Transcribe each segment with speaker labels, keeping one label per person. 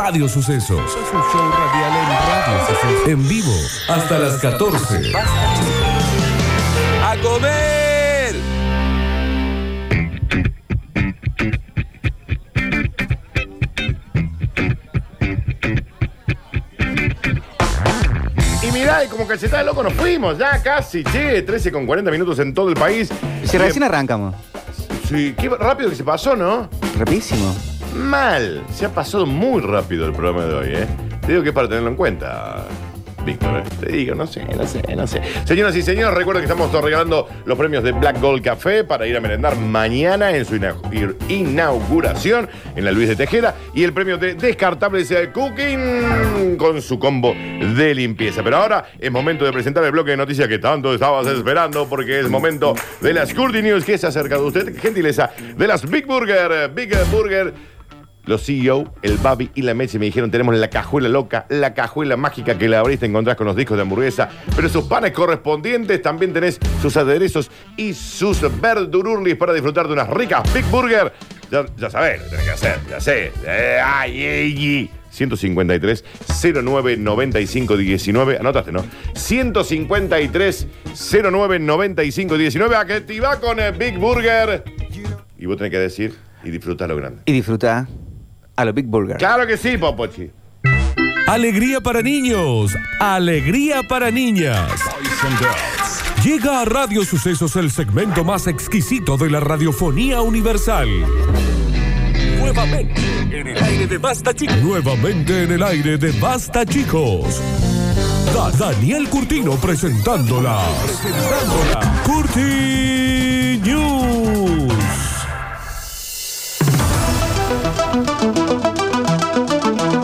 Speaker 1: Radio Sucesos. En vivo hasta las 14. ¡A comer!
Speaker 2: Y mirá, y como cachetada de loco nos fuimos, ya casi, che, 13 con 40 minutos en todo el país.
Speaker 3: Si
Speaker 2: Eh,
Speaker 3: recién arrancamos.
Speaker 2: sí, qué rápido que se pasó, ¿no?
Speaker 3: Rapidísimo.
Speaker 2: Mal, se ha pasado muy rápido el programa de hoy, ¿eh? Te digo que es para tenerlo en cuenta, Víctor, ¿eh? te digo, no sé, no sé, no sé. Señoras y señores, recuerden que estamos regalando los premios de Black Gold Café para ir a merendar mañana en su ina- ir- inauguración en la Luis de Tejeda y el premio de Descartables eh, Cooking con su combo de limpieza. Pero ahora es momento de presentar el bloque de noticias que tanto estabas esperando porque es momento de las Curti News que se acerca de usted, gentileza, de las Big Burger, eh, Big Burger. Los CEO, el Babi y la Meche me dijeron tenemos la cajuela loca, la cajuela mágica que la abrís te encontrás con los discos de hamburguesa, pero sus panes correspondientes también tenés sus aderezos y sus verdururlis para disfrutar de unas ricas Big Burger. Ya, ya sabés lo que tenés que hacer, ya sé. Eh, ay, ey, ey. 153 09 95 19. Anotaste, ¿no? 153 09 95 19. A que te va con el Big Burger. Y vos tenés que decir y disfrutar lo grande.
Speaker 3: Y disfruta a los Big Burger.
Speaker 2: Claro que sí, Popochi.
Speaker 1: Alegría para niños. Alegría para niñas. Llega a Radio Sucesos el segmento más exquisito de la radiofonía universal. Nuevamente en el aire de Basta Chicos. Nuevamente en el aire de Basta Chicos. Da- Daniel Curtino presentándola. Presentándola. Curti News.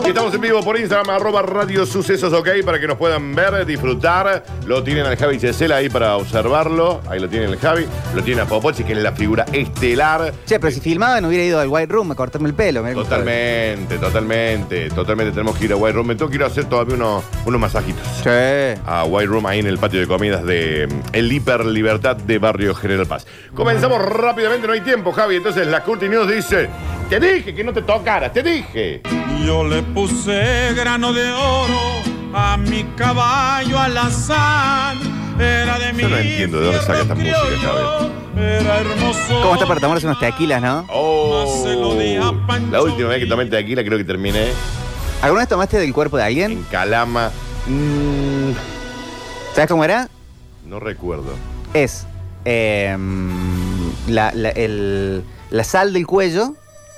Speaker 2: Y estamos en vivo por Instagram, arroba Radio Sucesos, ok, para que nos puedan ver, disfrutar. Lo tienen al Javi Chesel ahí para observarlo. Ahí lo tienen el Javi. Lo tienen a Popochi, que es la figura estelar.
Speaker 3: Che, pero si filmaban hubiera ido al White Room a cortarme el pelo. mirá cómo
Speaker 2: Totalmente, totalmente, totalmente. Tenemos que ir a White Room. Me tengo que ir a hacer todavía unos, unos masajitos.
Speaker 3: está. Che.
Speaker 2: a White Room ahí en el patio de comidas de mm, el Hiper Libertad de Barrio General Paz. Comenzamos rápidamente, no hay tiempo, Javi. Entonces la Curti News dice, te dije que no te tocaras, te dije.
Speaker 4: Yo le puse grano de oro a mi caballo alazán. Era de mi
Speaker 2: Yo no entiendo de dónde saca esta
Speaker 4: fierro
Speaker 2: música,
Speaker 4: criollo, Era hermoso.
Speaker 3: ¿Cómo está para tomarse unos tequilas, no?
Speaker 2: Oh, la última vez que tomé tequila creo que terminé
Speaker 3: ¿Alguna vez tomaste del cuerpo de
Speaker 2: en
Speaker 3: alguien?
Speaker 2: Calama. Mm,
Speaker 3: ¿Sabes cómo era?
Speaker 2: no recuerdo.
Speaker 3: Es eh, la, la- el- la sal del cuello,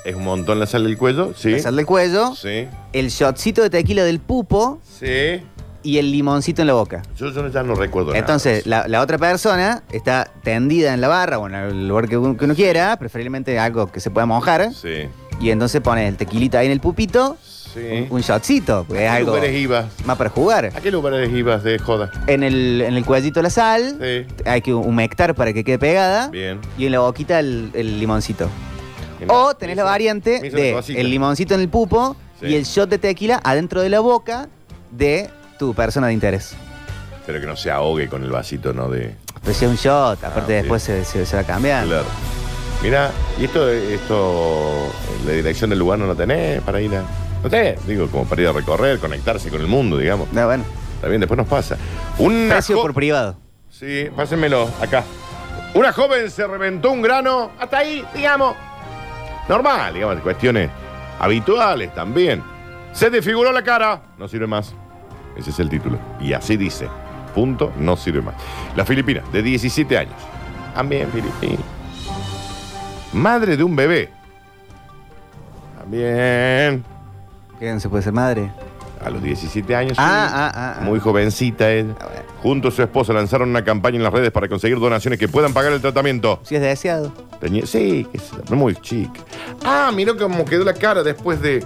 Speaker 2: Es un montón la sal del cuello, sí.
Speaker 3: la sal del cuello,
Speaker 2: Sí,
Speaker 3: el shotcito de tequila del pupo
Speaker 2: sí.
Speaker 3: y el limoncito en la boca.
Speaker 2: Yo, yo ya no recuerdo nada.
Speaker 3: Entonces, la, la otra persona está tendida en la barra o en el lugar que uno, que uno quiera, preferiblemente algo que se pueda mojar.
Speaker 2: Sí,
Speaker 3: Y entonces pones el tequilita ahí en el pupito,
Speaker 2: sí.
Speaker 3: un shotcito, porque es
Speaker 2: ¿A qué
Speaker 3: algo
Speaker 2: lugares ibas?
Speaker 3: más para jugar.
Speaker 2: ¿A qué lugares ibas de joda?
Speaker 3: En el, en el cuellito la sal,
Speaker 2: Sí,
Speaker 3: hay que humectar para que quede pegada.
Speaker 2: bien.
Speaker 3: Y en la boquita el, el limoncito.
Speaker 2: Genial.
Speaker 3: O tenés la
Speaker 2: Me hizo-
Speaker 3: variante
Speaker 2: me hizo
Speaker 3: de
Speaker 2: una cosita.
Speaker 3: el limoncito en el pupo
Speaker 2: Sí.
Speaker 3: y el shot de tequila adentro de la boca de tu persona de interés.
Speaker 2: Pero que no se ahogue con el vasito, ¿no? De.
Speaker 3: Pero si es un shot, aparte
Speaker 2: sí.
Speaker 3: después se, se- se va a cambiar.
Speaker 2: Claro. Mira, ¿y esto, esto, la dirección del lugar no la tenés para ir a. No sé, digo, como para ir a recorrer, conectarse con el mundo, digamos.
Speaker 3: No, bueno,
Speaker 2: Está bien, después nos pasa. Una
Speaker 3: precio
Speaker 2: jo-
Speaker 3: por privado.
Speaker 2: Sí, pásenmelo acá. Una joven se reventó un grano, hasta ahí, digamos. Normal, digamos, cuestiones habituales también. Se desfiguró la cara, no sirve más. Ese es el título. Y así dice. Punto, no sirve más. La Filipina, de 17 años. También Filipina. Madre de un bebé. También.
Speaker 3: Que no se puede ser madre.
Speaker 2: A los 17 años.
Speaker 3: Ah,
Speaker 2: sí.
Speaker 3: ah, ah, ah.
Speaker 2: Muy jovencita ella.
Speaker 3: A ver.
Speaker 2: Junto a su esposa lanzaron una campaña en las redes para conseguir donaciones que puedan pagar el tratamiento.
Speaker 3: Si es deseado.
Speaker 2: Tenía- sí, qué sé yo, muy chica. Ah, miró cómo quedó la cara después de.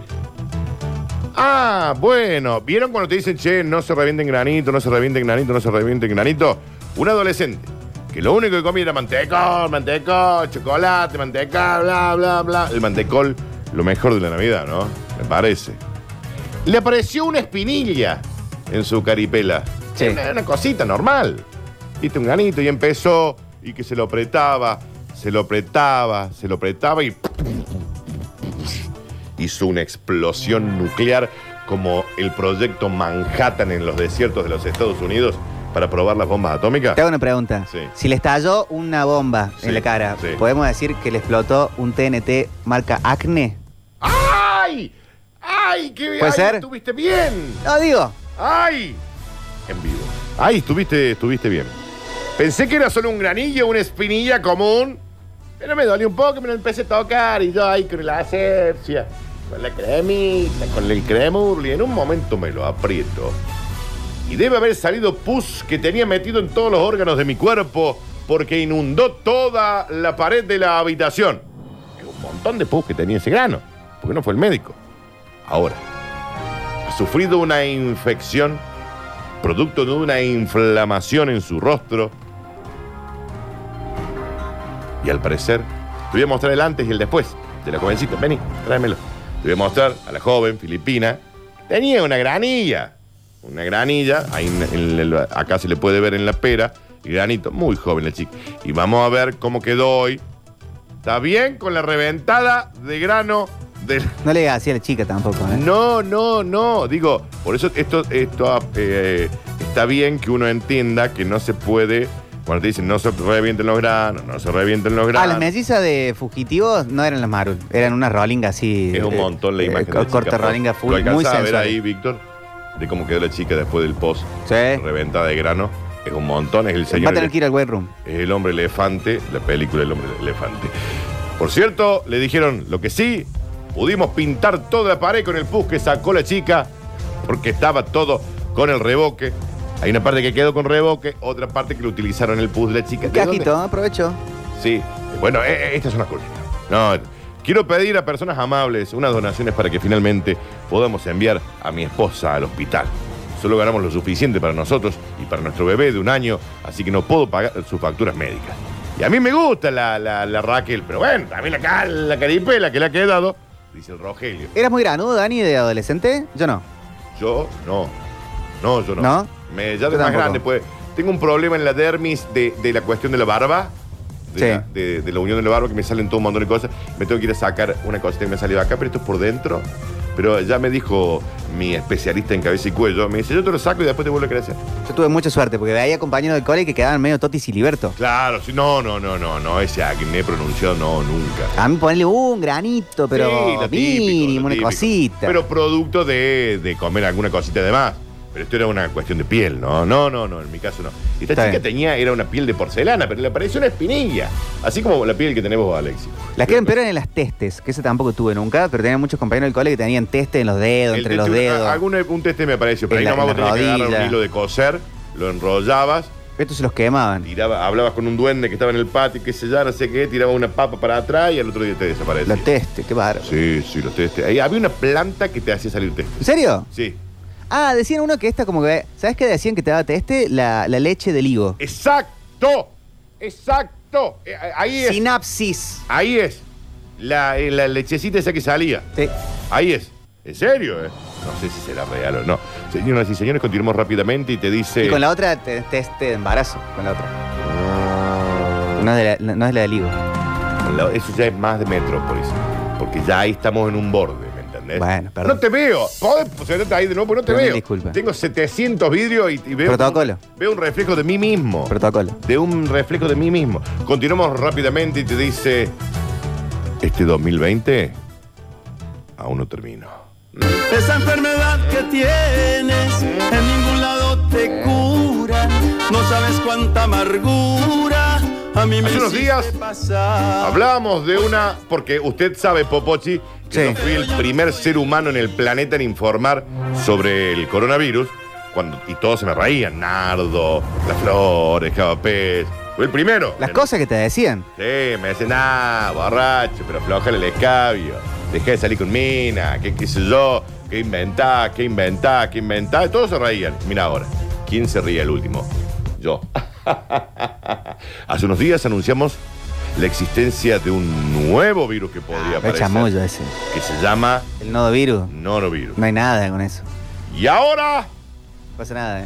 Speaker 2: Ah, bueno. ¿Vieron cuando te dicen, che, no se revienten granito, no se revienten granito, no se revienten granito? Un adolescente que lo único que comía era mantecol, mantecol, chocolate, mantecol, bla, bla, bla. El mantecol, lo mejor de la Navidad, ¿no? Me parece. Le apareció una espinilla en su caripela.
Speaker 3: Sí.
Speaker 2: Una, una cosita normal. Viste, un granito y empezó y que se lo apretaba, se lo apretaba, se lo apretaba y... Y hizo una explosión nuclear como el proyecto Manhattan en los desiertos de los Estados Unidos para probar las bombas atómicas?
Speaker 3: Te hago una pregunta.
Speaker 2: Sí.
Speaker 3: Si le estalló una bomba
Speaker 2: Sí,
Speaker 3: en la cara,
Speaker 2: sí.
Speaker 3: ¿podemos decir que le explotó un TNT marca Acne?
Speaker 2: ¡Ay! ¡Ay! ¡Qué bien!
Speaker 3: ¿Puede ser?
Speaker 2: ¡Estuviste bien!
Speaker 3: No, digo.
Speaker 2: ¡Ay! En vivo. ¡Ay! Estuviste, estuviste bien. Pensé que era solo un granillo, una espinilla común. Pero me dolió un poco, me lo empecé a tocar y yo ahí con la asepsia, con la cremita, con el cremurli. En un momento me lo aprieto. Y debe haber salido pus que tenía metido en todos los órganos de mi cuerpo porque inundó toda la pared de la habitación. Es un montón de pus que tenía ese grano, porque no fue el médico. Ahora, ha sufrido una infección producto de una inflamación en su rostro. Y al parecer, te voy a mostrar el antes y el después de la jovencita. Vení, tráemelo. Te voy a mostrar a la joven filipina. Tenía una granilla. Una granilla. Ahí en- en el- acá se le puede ver en la pera. y Granito. Muy joven la chica. Y vamos a ver cómo quedó hoy. Está bien con la reventada de grano del
Speaker 3: No le digas así a la chica tampoco, ¿eh?
Speaker 2: no, no, no. Digo, por eso esto, esto eh, está bien que uno entienda que no se puede. Cuando te dicen no se revienten los granos, no se revienten los
Speaker 3: Ah,
Speaker 2: granos.
Speaker 3: las mellizas de fugitivos no eran las Marul, eran unas rolingas así.
Speaker 2: es un
Speaker 3: eh,
Speaker 2: montón la
Speaker 3: eh,
Speaker 2: imagen.
Speaker 3: co-
Speaker 2: de la
Speaker 3: corta
Speaker 2: chica.
Speaker 3: rolinga
Speaker 2: ¿Lo
Speaker 3: full, muy
Speaker 2: alcanzás a ver
Speaker 3: sensual.
Speaker 2: ahí, Víctor? De cómo quedó la chica después del post.
Speaker 3: Sí.
Speaker 2: Reventa de grano. Es un montón. Es el
Speaker 3: Eh. Va a
Speaker 2: señor.
Speaker 3: tener que ir al weight room.
Speaker 2: Es el hombre elefante, la película El hombre elefante. Por cierto, le dijeron lo que sí, pudimos pintar toda la pared con el pus que sacó la chica, porque estaba todo con el reboque. Hay una parte que quedó con reboque, otra parte que lo utilizaron el pus de la chica.
Speaker 3: Un
Speaker 2: ¿De dónde?
Speaker 3: cajito, ¿eh? aprovecho.
Speaker 2: Sí. Bueno, eh, eh, esta es una columna. No, quiero pedir a personas amables unas donaciones para que finalmente podamos enviar a mi esposa al hospital. Solo ganamos lo suficiente para nosotros y para nuestro bebé de un año, así que no puedo pagar sus facturas médicas. Y a mí me gusta la, la- la Raquel, pero bueno, a mí la, ca- la caripela que le ha quedado, dice el Rogelio.
Speaker 3: ¿Eras muy granudo, Dani, de adolescente? Yo no.
Speaker 2: Yo no. No, yo no.
Speaker 3: ¿No?
Speaker 2: Me, ya de
Speaker 3: Yo
Speaker 2: más
Speaker 3: tampoco.
Speaker 2: grande, pues. Tengo un problema en la dermis de, de la cuestión de la barba. De,
Speaker 3: Sí.
Speaker 2: la, de- de la unión de la barba, que me salen todo un montón de cosas. Me tengo que ir a sacar una cosita que me ha salido acá, pero esto es por dentro. Pero ya me dijo mi especialista en cabeza y cuello. Me dice, yo te lo saco y después te vuelvo a crecer.
Speaker 3: Yo tuve mucha suerte porque veía compañeros del cole que quedaban medio totis y libertos.
Speaker 2: Claro, sí. No, no, no, no, no. Ese acné pronunciado, no, nunca.
Speaker 3: A mí ponerle un granito, pero
Speaker 2: Sí, lo típico,
Speaker 3: mínimo,
Speaker 2: lo
Speaker 3: una
Speaker 2: típico.
Speaker 3: cosita.
Speaker 2: Pero producto de, de comer alguna cosita de más. Pero esto era una cuestión de piel, ¿no? No, no, no, en mi caso no. Esta
Speaker 3: Está
Speaker 2: chica
Speaker 3: bien.
Speaker 2: tenía, era una piel de porcelana, pero le pareció una espinilla. Así como la piel que tenemos vos, Alexis.
Speaker 3: Las que eran peor eran en las testes, que ese tampoco tuve nunca, pero tenía muchos compañeros del cole que tenían teste en los dedos,
Speaker 2: El
Speaker 3: entre los
Speaker 2: teste-
Speaker 3: dedos.
Speaker 2: Algún un teste me apareció, pero
Speaker 3: En
Speaker 2: ahí
Speaker 3: la-
Speaker 2: nomás vos
Speaker 3: en la
Speaker 2: tenías que agarrar un
Speaker 3: rodilla.
Speaker 2: hilo de coser, lo enrollabas,
Speaker 3: Estos se los quemaban.
Speaker 2: tiraba, hablabas con un duende que estaba en el patio, qué sé yo, no sé qué, tiraba una papa para atrás y al otro día te desaparecía.
Speaker 3: Los testes, qué bárbaro.
Speaker 2: Sí, sí, los testes. Ahí había una planta que te hacía salir teste.
Speaker 3: ¿En serio?
Speaker 2: Sí.
Speaker 3: Ah, decían uno que esta como que... ¿Sabes qué decían que te daba teste? La, la leche del higo.
Speaker 2: Exacto, exacto. Eh, Ahí es.
Speaker 3: Sinapsis.
Speaker 2: Ahí es. La, eh, la lechecita esa que salía.
Speaker 3: Sí.
Speaker 2: Ahí es. ¿En serio? eh? No sé si será real o no. Señoras y señores, continuamos rápidamente y te dice...
Speaker 3: Y con la otra, te- teste de embarazo. Con la otra. No es de la, no es la del higo.
Speaker 2: Con la- Eso ya es más de Metrópolis. Porque ya ahí estamos en un borde, ¿me entendés?
Speaker 3: Bueno, perdón.
Speaker 2: No te veo. Podés ponerte ahí de nuevo, porque no te
Speaker 3: Perdón,
Speaker 2: veo.
Speaker 3: disculpa.
Speaker 2: Tengo 700 vidrios y, y veo...
Speaker 3: Protocolo.
Speaker 2: Veo un reflejo de mí mismo.
Speaker 3: Protocolo.
Speaker 2: de un reflejo de mí mismo. Continuamos rápidamente y te dice, este 2020 aún no termino.
Speaker 5: Esa enfermedad que tienes en ningún lado te cura. No sabes cuánta amargura a mí me
Speaker 2: Hace unos
Speaker 5: hiciste
Speaker 2: días
Speaker 5: pasar.
Speaker 2: Hablábamos de una, porque usted sabe, Popochi, que
Speaker 3: Sí.
Speaker 2: yo fui el primer ser humano en el planeta en informar sobre el coronavirus, cuando, y todos se me reían, Nardo, Las Flores, Javapés, fui el primero.
Speaker 3: Las
Speaker 2: En-
Speaker 3: cosas que te decían.
Speaker 2: Sí, me dicen, ah, borracho, pero aflojale el escabio. Dejé de salir con mina, qué qué sé yo, qué inventá, qué inventá, qué inventá. Y todos se reían. Mira ahora, ¿quién se ríe el último? Yo. Hace unos días anunciamos la existencia de un nuevo virus que podría
Speaker 3: El
Speaker 2: aparecer.
Speaker 3: chamuyo ese.
Speaker 2: Que se llama
Speaker 3: El nodo virus.
Speaker 2: norovirus.
Speaker 3: No hay nada con eso.
Speaker 2: Y ahora,
Speaker 3: No pasa nada, ¿eh?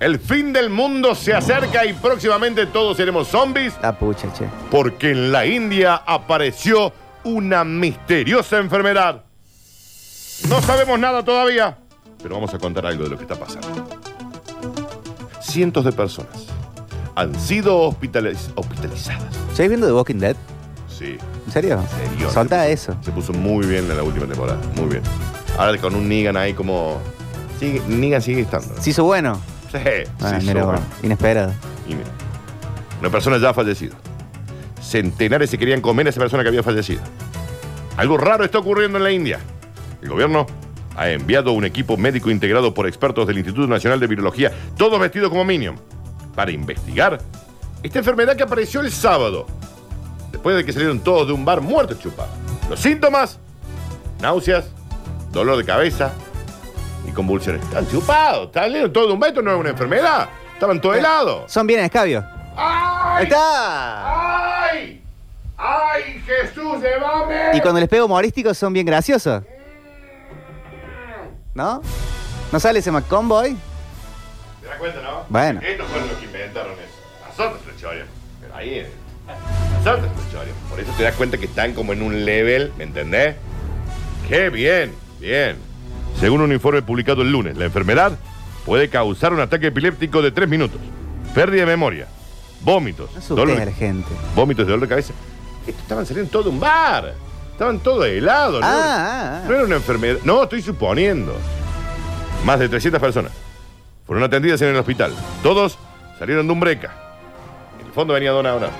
Speaker 2: el fin del mundo se acerca y próximamente todos seremos zombies.
Speaker 3: La Ah, pucha, che.
Speaker 2: porque en la India apareció una misteriosa enfermedad No sabemos nada todavía, pero vamos a contar algo de lo que está pasando. Cientos de personas han sido hospitaliz- hospitalizadas.
Speaker 3: ¿Seguís viendo The Walking Dead?
Speaker 2: Sí,
Speaker 3: ¿En serio?
Speaker 2: en serio.
Speaker 3: Solta eso.
Speaker 2: Se puso muy bien en la última temporada, muy bien. Ahora con un Negan ahí como... Sigue, Negan sigue estando.
Speaker 3: Se hizo bueno.
Speaker 2: Sí,
Speaker 3: Ah,
Speaker 2: sí,
Speaker 3: mira,
Speaker 2: suma.
Speaker 3: bueno, Inesperado.
Speaker 2: Y mira, una persona ya ha fallecido. Centenares se querían comer a esa persona que había fallecido. Algo raro está ocurriendo en la India. El gobierno ha enviado un equipo médico integrado por expertos del Instituto Nacional de Virología, todos vestidos como Minion, para investigar esta enfermedad que apareció el sábado, después de que salieron todos de un bar muertos chupados. Los síntomas, náuseas, dolor de cabeza y convulsiones. Están chupados, salieron todos de un bar, esto no es una enfermedad. Estaban todos helados.
Speaker 3: Son bien escabio. Ahí
Speaker 2: ¡Ay!
Speaker 3: está.
Speaker 2: ¡Ay! ¡Ay, Jesús, llévame!
Speaker 3: Y cuando les pego humorísticos son bien graciosos. ¿No? ¿No sale ese McConvoy?
Speaker 2: ¿Te das cuenta, no?
Speaker 3: Bueno.
Speaker 2: Estos fueron los que inventaron eso. Nosotros lo choreamos. Pero ahí es. Nosotros lo choreamos. Por eso te das cuenta que están como en un level, ¿me entendés? ¡Qué bien! Bien. Según un informe publicado el lunes, la enfermedad puede causar un ataque epiléptico de 3 minutos, pérdida de memoria, vómitos,
Speaker 3: No
Speaker 2: dolor-
Speaker 3: asustes a la gente.
Speaker 2: vómitos de dolor de cabeza. Estos estaban saliendo todo de un bar. Estaban todos helados. ¿no?
Speaker 3: Ah, ah,
Speaker 2: No
Speaker 3: ah.
Speaker 2: era una enfermedad. No, estoy suponiendo. Más de 300 personas fueron atendidas en el hospital. Todos salieron de un breca. En el fondo venía Don Abraham.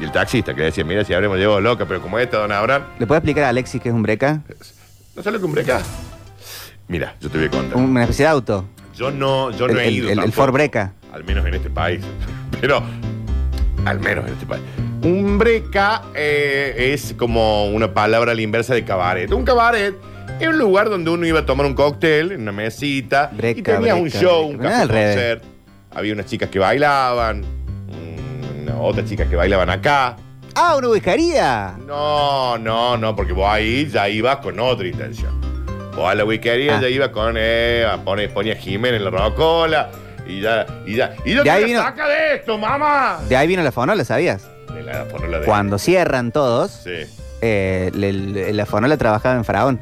Speaker 2: Y el taxista que le decía, mira si habremos llevado loca, pero como esta Don Abraham,
Speaker 3: ¿Le puedo explicar a Alexis que es un breca?
Speaker 2: ¿no sale que un breca? Mira, yo te voy a contar.
Speaker 3: Una especie de auto.
Speaker 2: Yo no, yo
Speaker 3: El,
Speaker 2: no he
Speaker 3: el-
Speaker 2: ido.
Speaker 3: el- el
Speaker 2: tampoco.
Speaker 3: Ford Breca.
Speaker 2: Al menos en este país. Pero, al menos en este país. Un breca eh, es como una palabra a la inversa de cabaret. Un cabaret es un lugar donde uno iba a tomar un cóctel en una mesita y
Speaker 3: Breca,
Speaker 2: tenía
Speaker 3: breca,
Speaker 2: un show,
Speaker 3: breca. Ah,
Speaker 2: un
Speaker 3: al
Speaker 2: café
Speaker 3: revés.
Speaker 2: concert. Había unas chicas que bailaban, mm, otras chicas que bailaban acá.
Speaker 3: ¡Ah, una whiskería!
Speaker 2: No, no, no, porque vos ahí ya ibas con otra intención. Vos a la whiskería
Speaker 3: Ah.
Speaker 2: ya ibas con Eva, pone, ponía Jiménez en la rocola y ya, y ya. Y yo
Speaker 3: De
Speaker 2: te
Speaker 3: ahí
Speaker 2: la
Speaker 3: vino-
Speaker 2: saca de esto, mamá.
Speaker 3: De ahí vino la fonola, ¿sabías?
Speaker 2: De la fórmula de.
Speaker 3: Cuando cierran todos,
Speaker 2: Sí.
Speaker 3: eh, le- le- la fonola trabajaba en Faraón.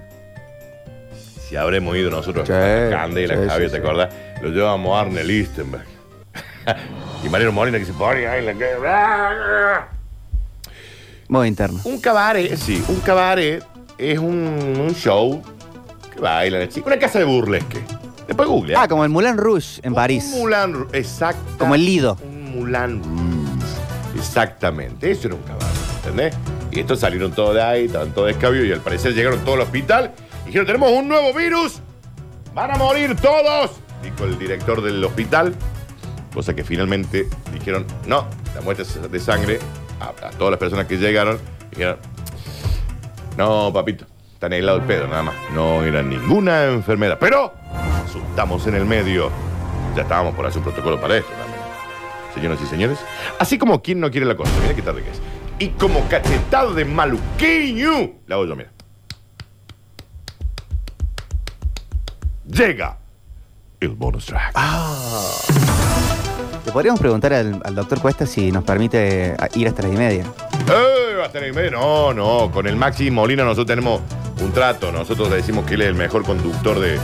Speaker 2: Si habremos ido nosotros
Speaker 3: Sí,
Speaker 2: a Candela,
Speaker 3: sí,
Speaker 2: Javier,
Speaker 3: sí,
Speaker 2: ¿te
Speaker 3: sí.
Speaker 2: acordás? Lo llevábamos a Arne Listenberg. y Mariano Molina que se pone ahí en la que.
Speaker 3: Muy interno.
Speaker 2: Un cabaret, sí, un cabaret es un, un show que bailan, chicos. Una casa de burlesque. Después Google.
Speaker 3: Ah, como el Moulin Rouge en París.
Speaker 2: Un Moulin Rouge, exacto.
Speaker 3: Como el Lido.
Speaker 2: Un Moulin Rouge. Exactamente. Eso era un caballo, ¿entendés? Y estos salieron todos de ahí, estaban todos escabio y al parecer llegaron todos al hospital. Y dijeron, tenemos un nuevo virus. Van a morir todos, dijo el director del hospital. Cosa que finalmente dijeron, no, la muerte es de sangre a, a todas las personas que llegaron. Dijeron, no, papito, está aislado el pedo nada más. No era ninguna enfermedad. Pero asustamos en el medio. Ya estábamos por hacer un protocolo para esto también. Señoras y señores, así como quien no quiere la cosa, mira qué tarde que es. Y como cachetado de maluqueño, la hago yo, mira. Llega el bonus track.
Speaker 3: Le podríamos preguntar al, al doctor Cuesta si nos permite eh, ir hasta las y media.
Speaker 2: ¡Eh! ¿Hasta las y media? No, no. Con el Maxi Molina nosotros tenemos un trato. Nosotros le decimos que él es el mejor conductor de,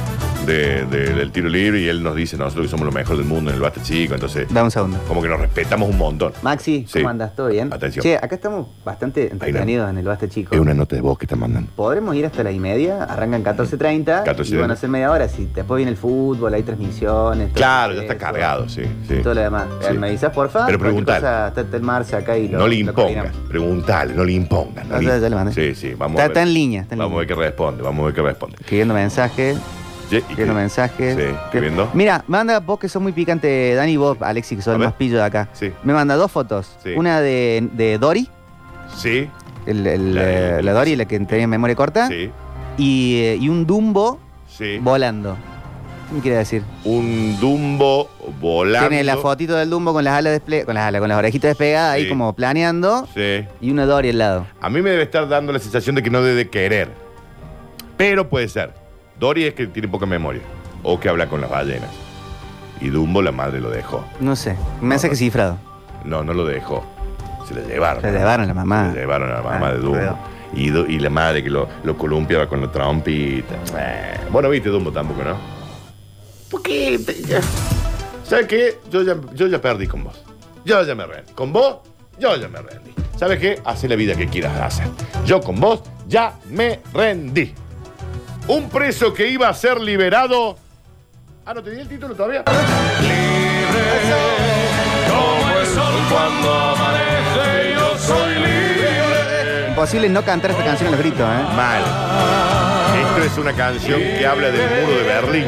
Speaker 2: de- de- del tiro libre y él nos dice nosotros que somos los mejores del mundo en el bate chico. Entonces,
Speaker 3: Dame un segundo.
Speaker 2: como que nos respetamos un montón.
Speaker 3: Maxi,
Speaker 2: Sí.
Speaker 3: ¿cómo andas? ¿Todo bien?
Speaker 2: Atención.
Speaker 3: Che, acá estamos bastante entretenidos en el Basta Chico.
Speaker 2: Es una nota de voz que están mandando.
Speaker 3: ¿Podremos ir hasta la y media? Arrancan 14.30
Speaker 2: 14:30.
Speaker 3: y van a ser media hora. Si después viene el fútbol, hay transmisiones. todo
Speaker 2: Claro, ya
Speaker 3: eso,
Speaker 2: está cargado, sí. sí.
Speaker 3: Todo lo demás. Eh,
Speaker 2: Sí.
Speaker 3: ¿Me avisas, porfa?
Speaker 2: Pero
Speaker 3: Cualquier
Speaker 2: preguntale.
Speaker 3: cosa, Está está el Marce acá y lo.
Speaker 2: No le
Speaker 3: lo
Speaker 2: impongas,
Speaker 3: coordinamos.
Speaker 2: preguntale, no le impongas. no
Speaker 3: Ah, ya- ya le mandé.
Speaker 2: Sí, sí, vamos
Speaker 3: Está,
Speaker 2: a ver.
Speaker 3: está en línea. Está en
Speaker 2: Vamos a ver
Speaker 3: línea.
Speaker 2: qué responde, vamos a ver qué responde.
Speaker 3: Escribiendo mensajes.
Speaker 2: Ye- y
Speaker 3: Escribiendo
Speaker 2: que-
Speaker 3: mensajes.
Speaker 2: Sí, escribiendo.
Speaker 3: Mira, manda vos que sos muy picante, Dani, y vos, Alexi, que sos
Speaker 2: A
Speaker 3: el
Speaker 2: ver.
Speaker 3: más pillo de acá.
Speaker 2: Sí.
Speaker 3: Me manda dos fotos.
Speaker 2: Sí.
Speaker 3: Una de, de Dory,
Speaker 2: Sí,
Speaker 3: el- el,
Speaker 2: La-
Speaker 3: eh, la, Dory, la que tenía memoria corta.
Speaker 2: sí,
Speaker 3: Y, eh, y un Dumbo
Speaker 2: sí.
Speaker 3: volando. ¿Qué me quiere decir?
Speaker 2: Un Dumbo volando.
Speaker 3: Tiene la fotito del Dumbo con las alas desple- con las alas, con las orejitas desplegadas
Speaker 2: Sí.
Speaker 3: ahí como planeando
Speaker 2: Sí.
Speaker 3: y una Dory al lado.
Speaker 2: A mí me debe estar dando la sensación de que no debe querer. Pero puede ser. Dory es que tiene poca memoria. O que habla con las ballenas. Y Dumbo la madre lo dejó.
Speaker 3: No sé, un mensaje
Speaker 2: no.
Speaker 3: cifrado.
Speaker 2: No, no lo dejó. Se la llevaron.
Speaker 3: Se la llevaron la mamá.
Speaker 2: Se la llevaron a la mamá
Speaker 3: Ah,
Speaker 2: de Dumbo.
Speaker 3: perdón.
Speaker 2: y, do- y la madre que lo, lo columpiaba con la trompita. Eh, Bueno, viste Dumbo tampoco, ¿no? Porque. ¿Sabes qué? Yo ya, yo ya perdí con vos. Yo ya me rendí. Con vos, yo ya me rendí. ¿Sabes qué? Hacé la vida que quieras hacer. Yo con vos ya me rendí. Un preso que iba a ser liberado. Ah, no te di el título todavía.
Speaker 3: Imposible no cantar esta canción en los gritos, ¿eh?
Speaker 2: Mal. Esto es una canción que habla del muro de Berlín.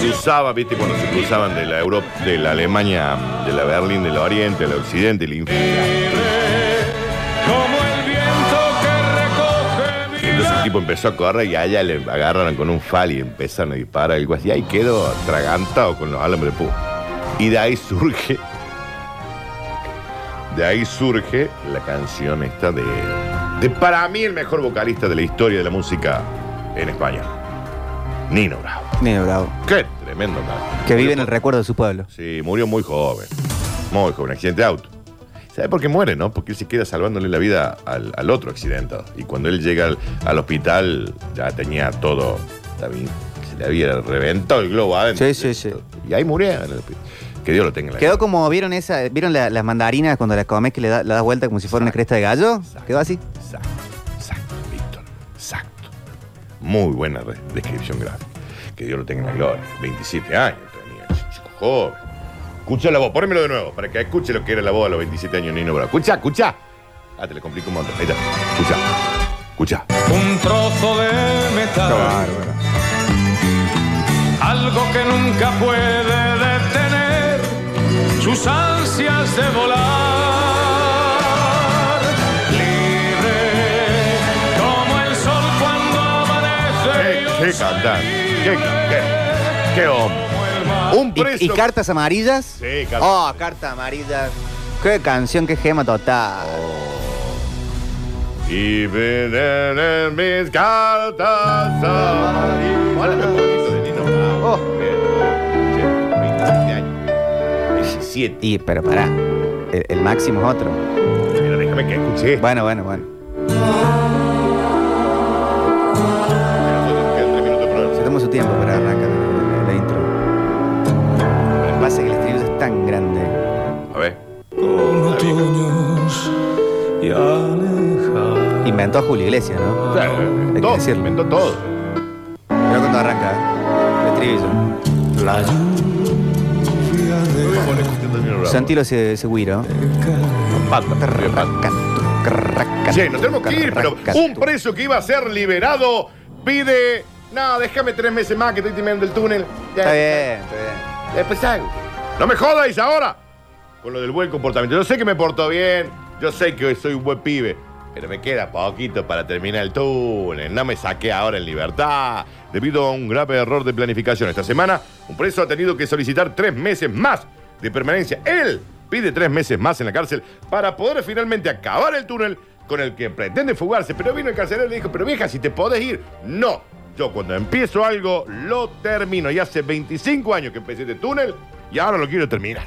Speaker 2: Cruzaba, viste, cuando se cruzaban de la Europa, de la Alemania, de la Berlín, del Oriente, del Occidente, el infierno. Entonces el tipo empezó a correr y allá le agarraron con un fal y empezaron a disparar algo así. Ahí quedó atragantado con los alambres de púa. Y de ahí surge. De ahí surge la canción esta de. De para mí el mejor vocalista de la historia de la música en español. Nino Bravo.
Speaker 3: Nino Bravo.
Speaker 2: Qué tremendo cara.
Speaker 3: Que vive en el recuerdo de su pueblo.
Speaker 2: Sí, murió muy joven. Muy joven, accidente de auto. ¿Sabe por qué muere, no? Porque él se queda salvándole la vida al, al otro accidentado. Y cuando él llega al, al hospital, ya tenía todo. está bien, Se le había reventado el globo adentro.
Speaker 3: Sí, sí, sí.
Speaker 2: Y ahí murió en el hospital. Que Dios lo tenga en la
Speaker 3: Quedó como, ¿vieron esa? ¿Vieron la- las mandarinas cuando las comes que le da, la das vuelta como si fuera una cresta de gallo? Quedó así.
Speaker 2: Exacto, exacto, Víctor. Exacto. Muy buena re- descripción gráfica. Que Dios lo tenga en la gloria. 27 años tenía, ch- chico joven. Escucha la voz, ponémelo de nuevo, para que escuche lo que era la voz a los 27 años Nino Bravo. Escucha, escucha. Ah, te le complico un montón. Ahí está. Escucha. Escucha.
Speaker 4: Un trozo de metal, algo que nunca puede detener sus ansias de volar. Libre como el sol cuando
Speaker 2: Qué,
Speaker 4: amanece. y
Speaker 2: qué
Speaker 4: os
Speaker 2: cantante. Qué, qué, qué hombre. Un preso.
Speaker 3: ¿Y, y cartas amarillas?
Speaker 2: Sí, cartas.
Speaker 3: cartas. Oh, cartas amarillas. Qué canción, qué gema total.
Speaker 2: Y vienen en mis cartas amarillas. Háblame un poquito de Nino Bravo.
Speaker 3: Oh.
Speaker 2: Bien. Che, 27 años. 17.
Speaker 3: Y, pero pará. El, el máximo es otro.
Speaker 2: Pero déjame que escuche. esto.
Speaker 3: Bueno, bueno, bueno.
Speaker 2: Nosotros quedan tres minutos de programa.
Speaker 3: Se toma su tiempo para arrancar la, la intro. Lo que pasa es que el estribillo es tan grande.
Speaker 2: A ver.
Speaker 3: Inventó Julio Iglesias, ¿no? Hay que
Speaker 2: Todo,
Speaker 3: decirlo.
Speaker 2: inventó todo.
Speaker 3: Pero cuando arranca, ¿eh? el estribillo. Santilo se, se guiro.
Speaker 2: Sí, nos tenemos que ir, pero un preso que iba a ser liberado pide. No, déjame tres meses más que estoy terminando el túnel. Ya,
Speaker 3: Está bien, está bien.
Speaker 2: Después algo. No me jodáis ahora con lo del buen comportamiento. Yo sé que me porto bien, yo sé que soy un buen pibe, pero me queda poquito para terminar el túnel. No me saqué ahora en libertad. Debido a un grave error de planificación esta semana, un preso ha tenido que solicitar tres meses más de permanencia. Él pide tres meses más en la cárcel para poder finalmente acabar el túnel con el que pretende fugarse. Pero vino el carcelero y le dijo, pero vieja, si te podés ir. No, yo cuando empiezo algo, lo termino. Y hace 25 años que empecé este túnel y ahora lo quiero terminar.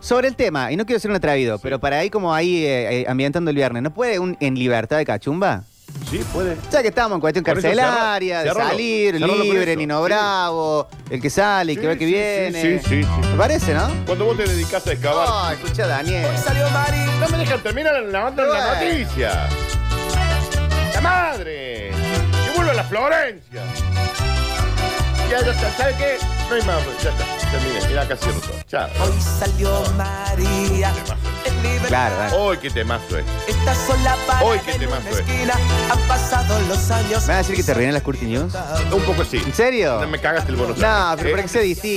Speaker 3: Sobre el tema, y no quiero ser un atrevido, pero para ahí como ahí eh, eh, ambientando el viernes, ¿no puede un en libertad de cachumba?
Speaker 2: Sí, puede.
Speaker 3: Ya que estamos en cuestión
Speaker 2: Por eso
Speaker 3: carcelaria,
Speaker 2: cerra-
Speaker 3: de
Speaker 2: cerralo,
Speaker 3: salir,
Speaker 2: cerralo con
Speaker 3: libre,
Speaker 2: eso,
Speaker 3: Nino
Speaker 2: sí.
Speaker 3: Bravo, el que sale, el
Speaker 2: Sí,
Speaker 3: que va
Speaker 2: sí,
Speaker 3: que
Speaker 2: sí,
Speaker 3: viene.
Speaker 2: sí, sí, sí.
Speaker 3: ¿Te parece, no?
Speaker 2: Cuando vos te dedicas a excavar,
Speaker 3: Oh, escucha a Daniel.
Speaker 2: no me dejan terminar la banda de la
Speaker 3: Bueno.
Speaker 2: noticia. ¡La madre! ¡Que vuelvo a la Florencia! Ya, ya está, ¿sabes qué? No hay más, ya está, terminé, mira acá cierro todo. Chao.
Speaker 6: Hoy salió María. en libertad.
Speaker 3: Claro, ¿eh? dale.
Speaker 2: Hoy qué temazo este. es.
Speaker 6: Está sola para
Speaker 2: Hoy, qué
Speaker 6: en una
Speaker 2: temazo eh. es.
Speaker 6: esquina. Han pasado los años.
Speaker 3: ¿Me vas a decir que te arruiné las Curti News?
Speaker 2: Un poco sí.
Speaker 3: ¿En serio?
Speaker 2: No me cagaste el bono.
Speaker 3: No, pero
Speaker 2: ¿Eh?
Speaker 3: para que sea distinto.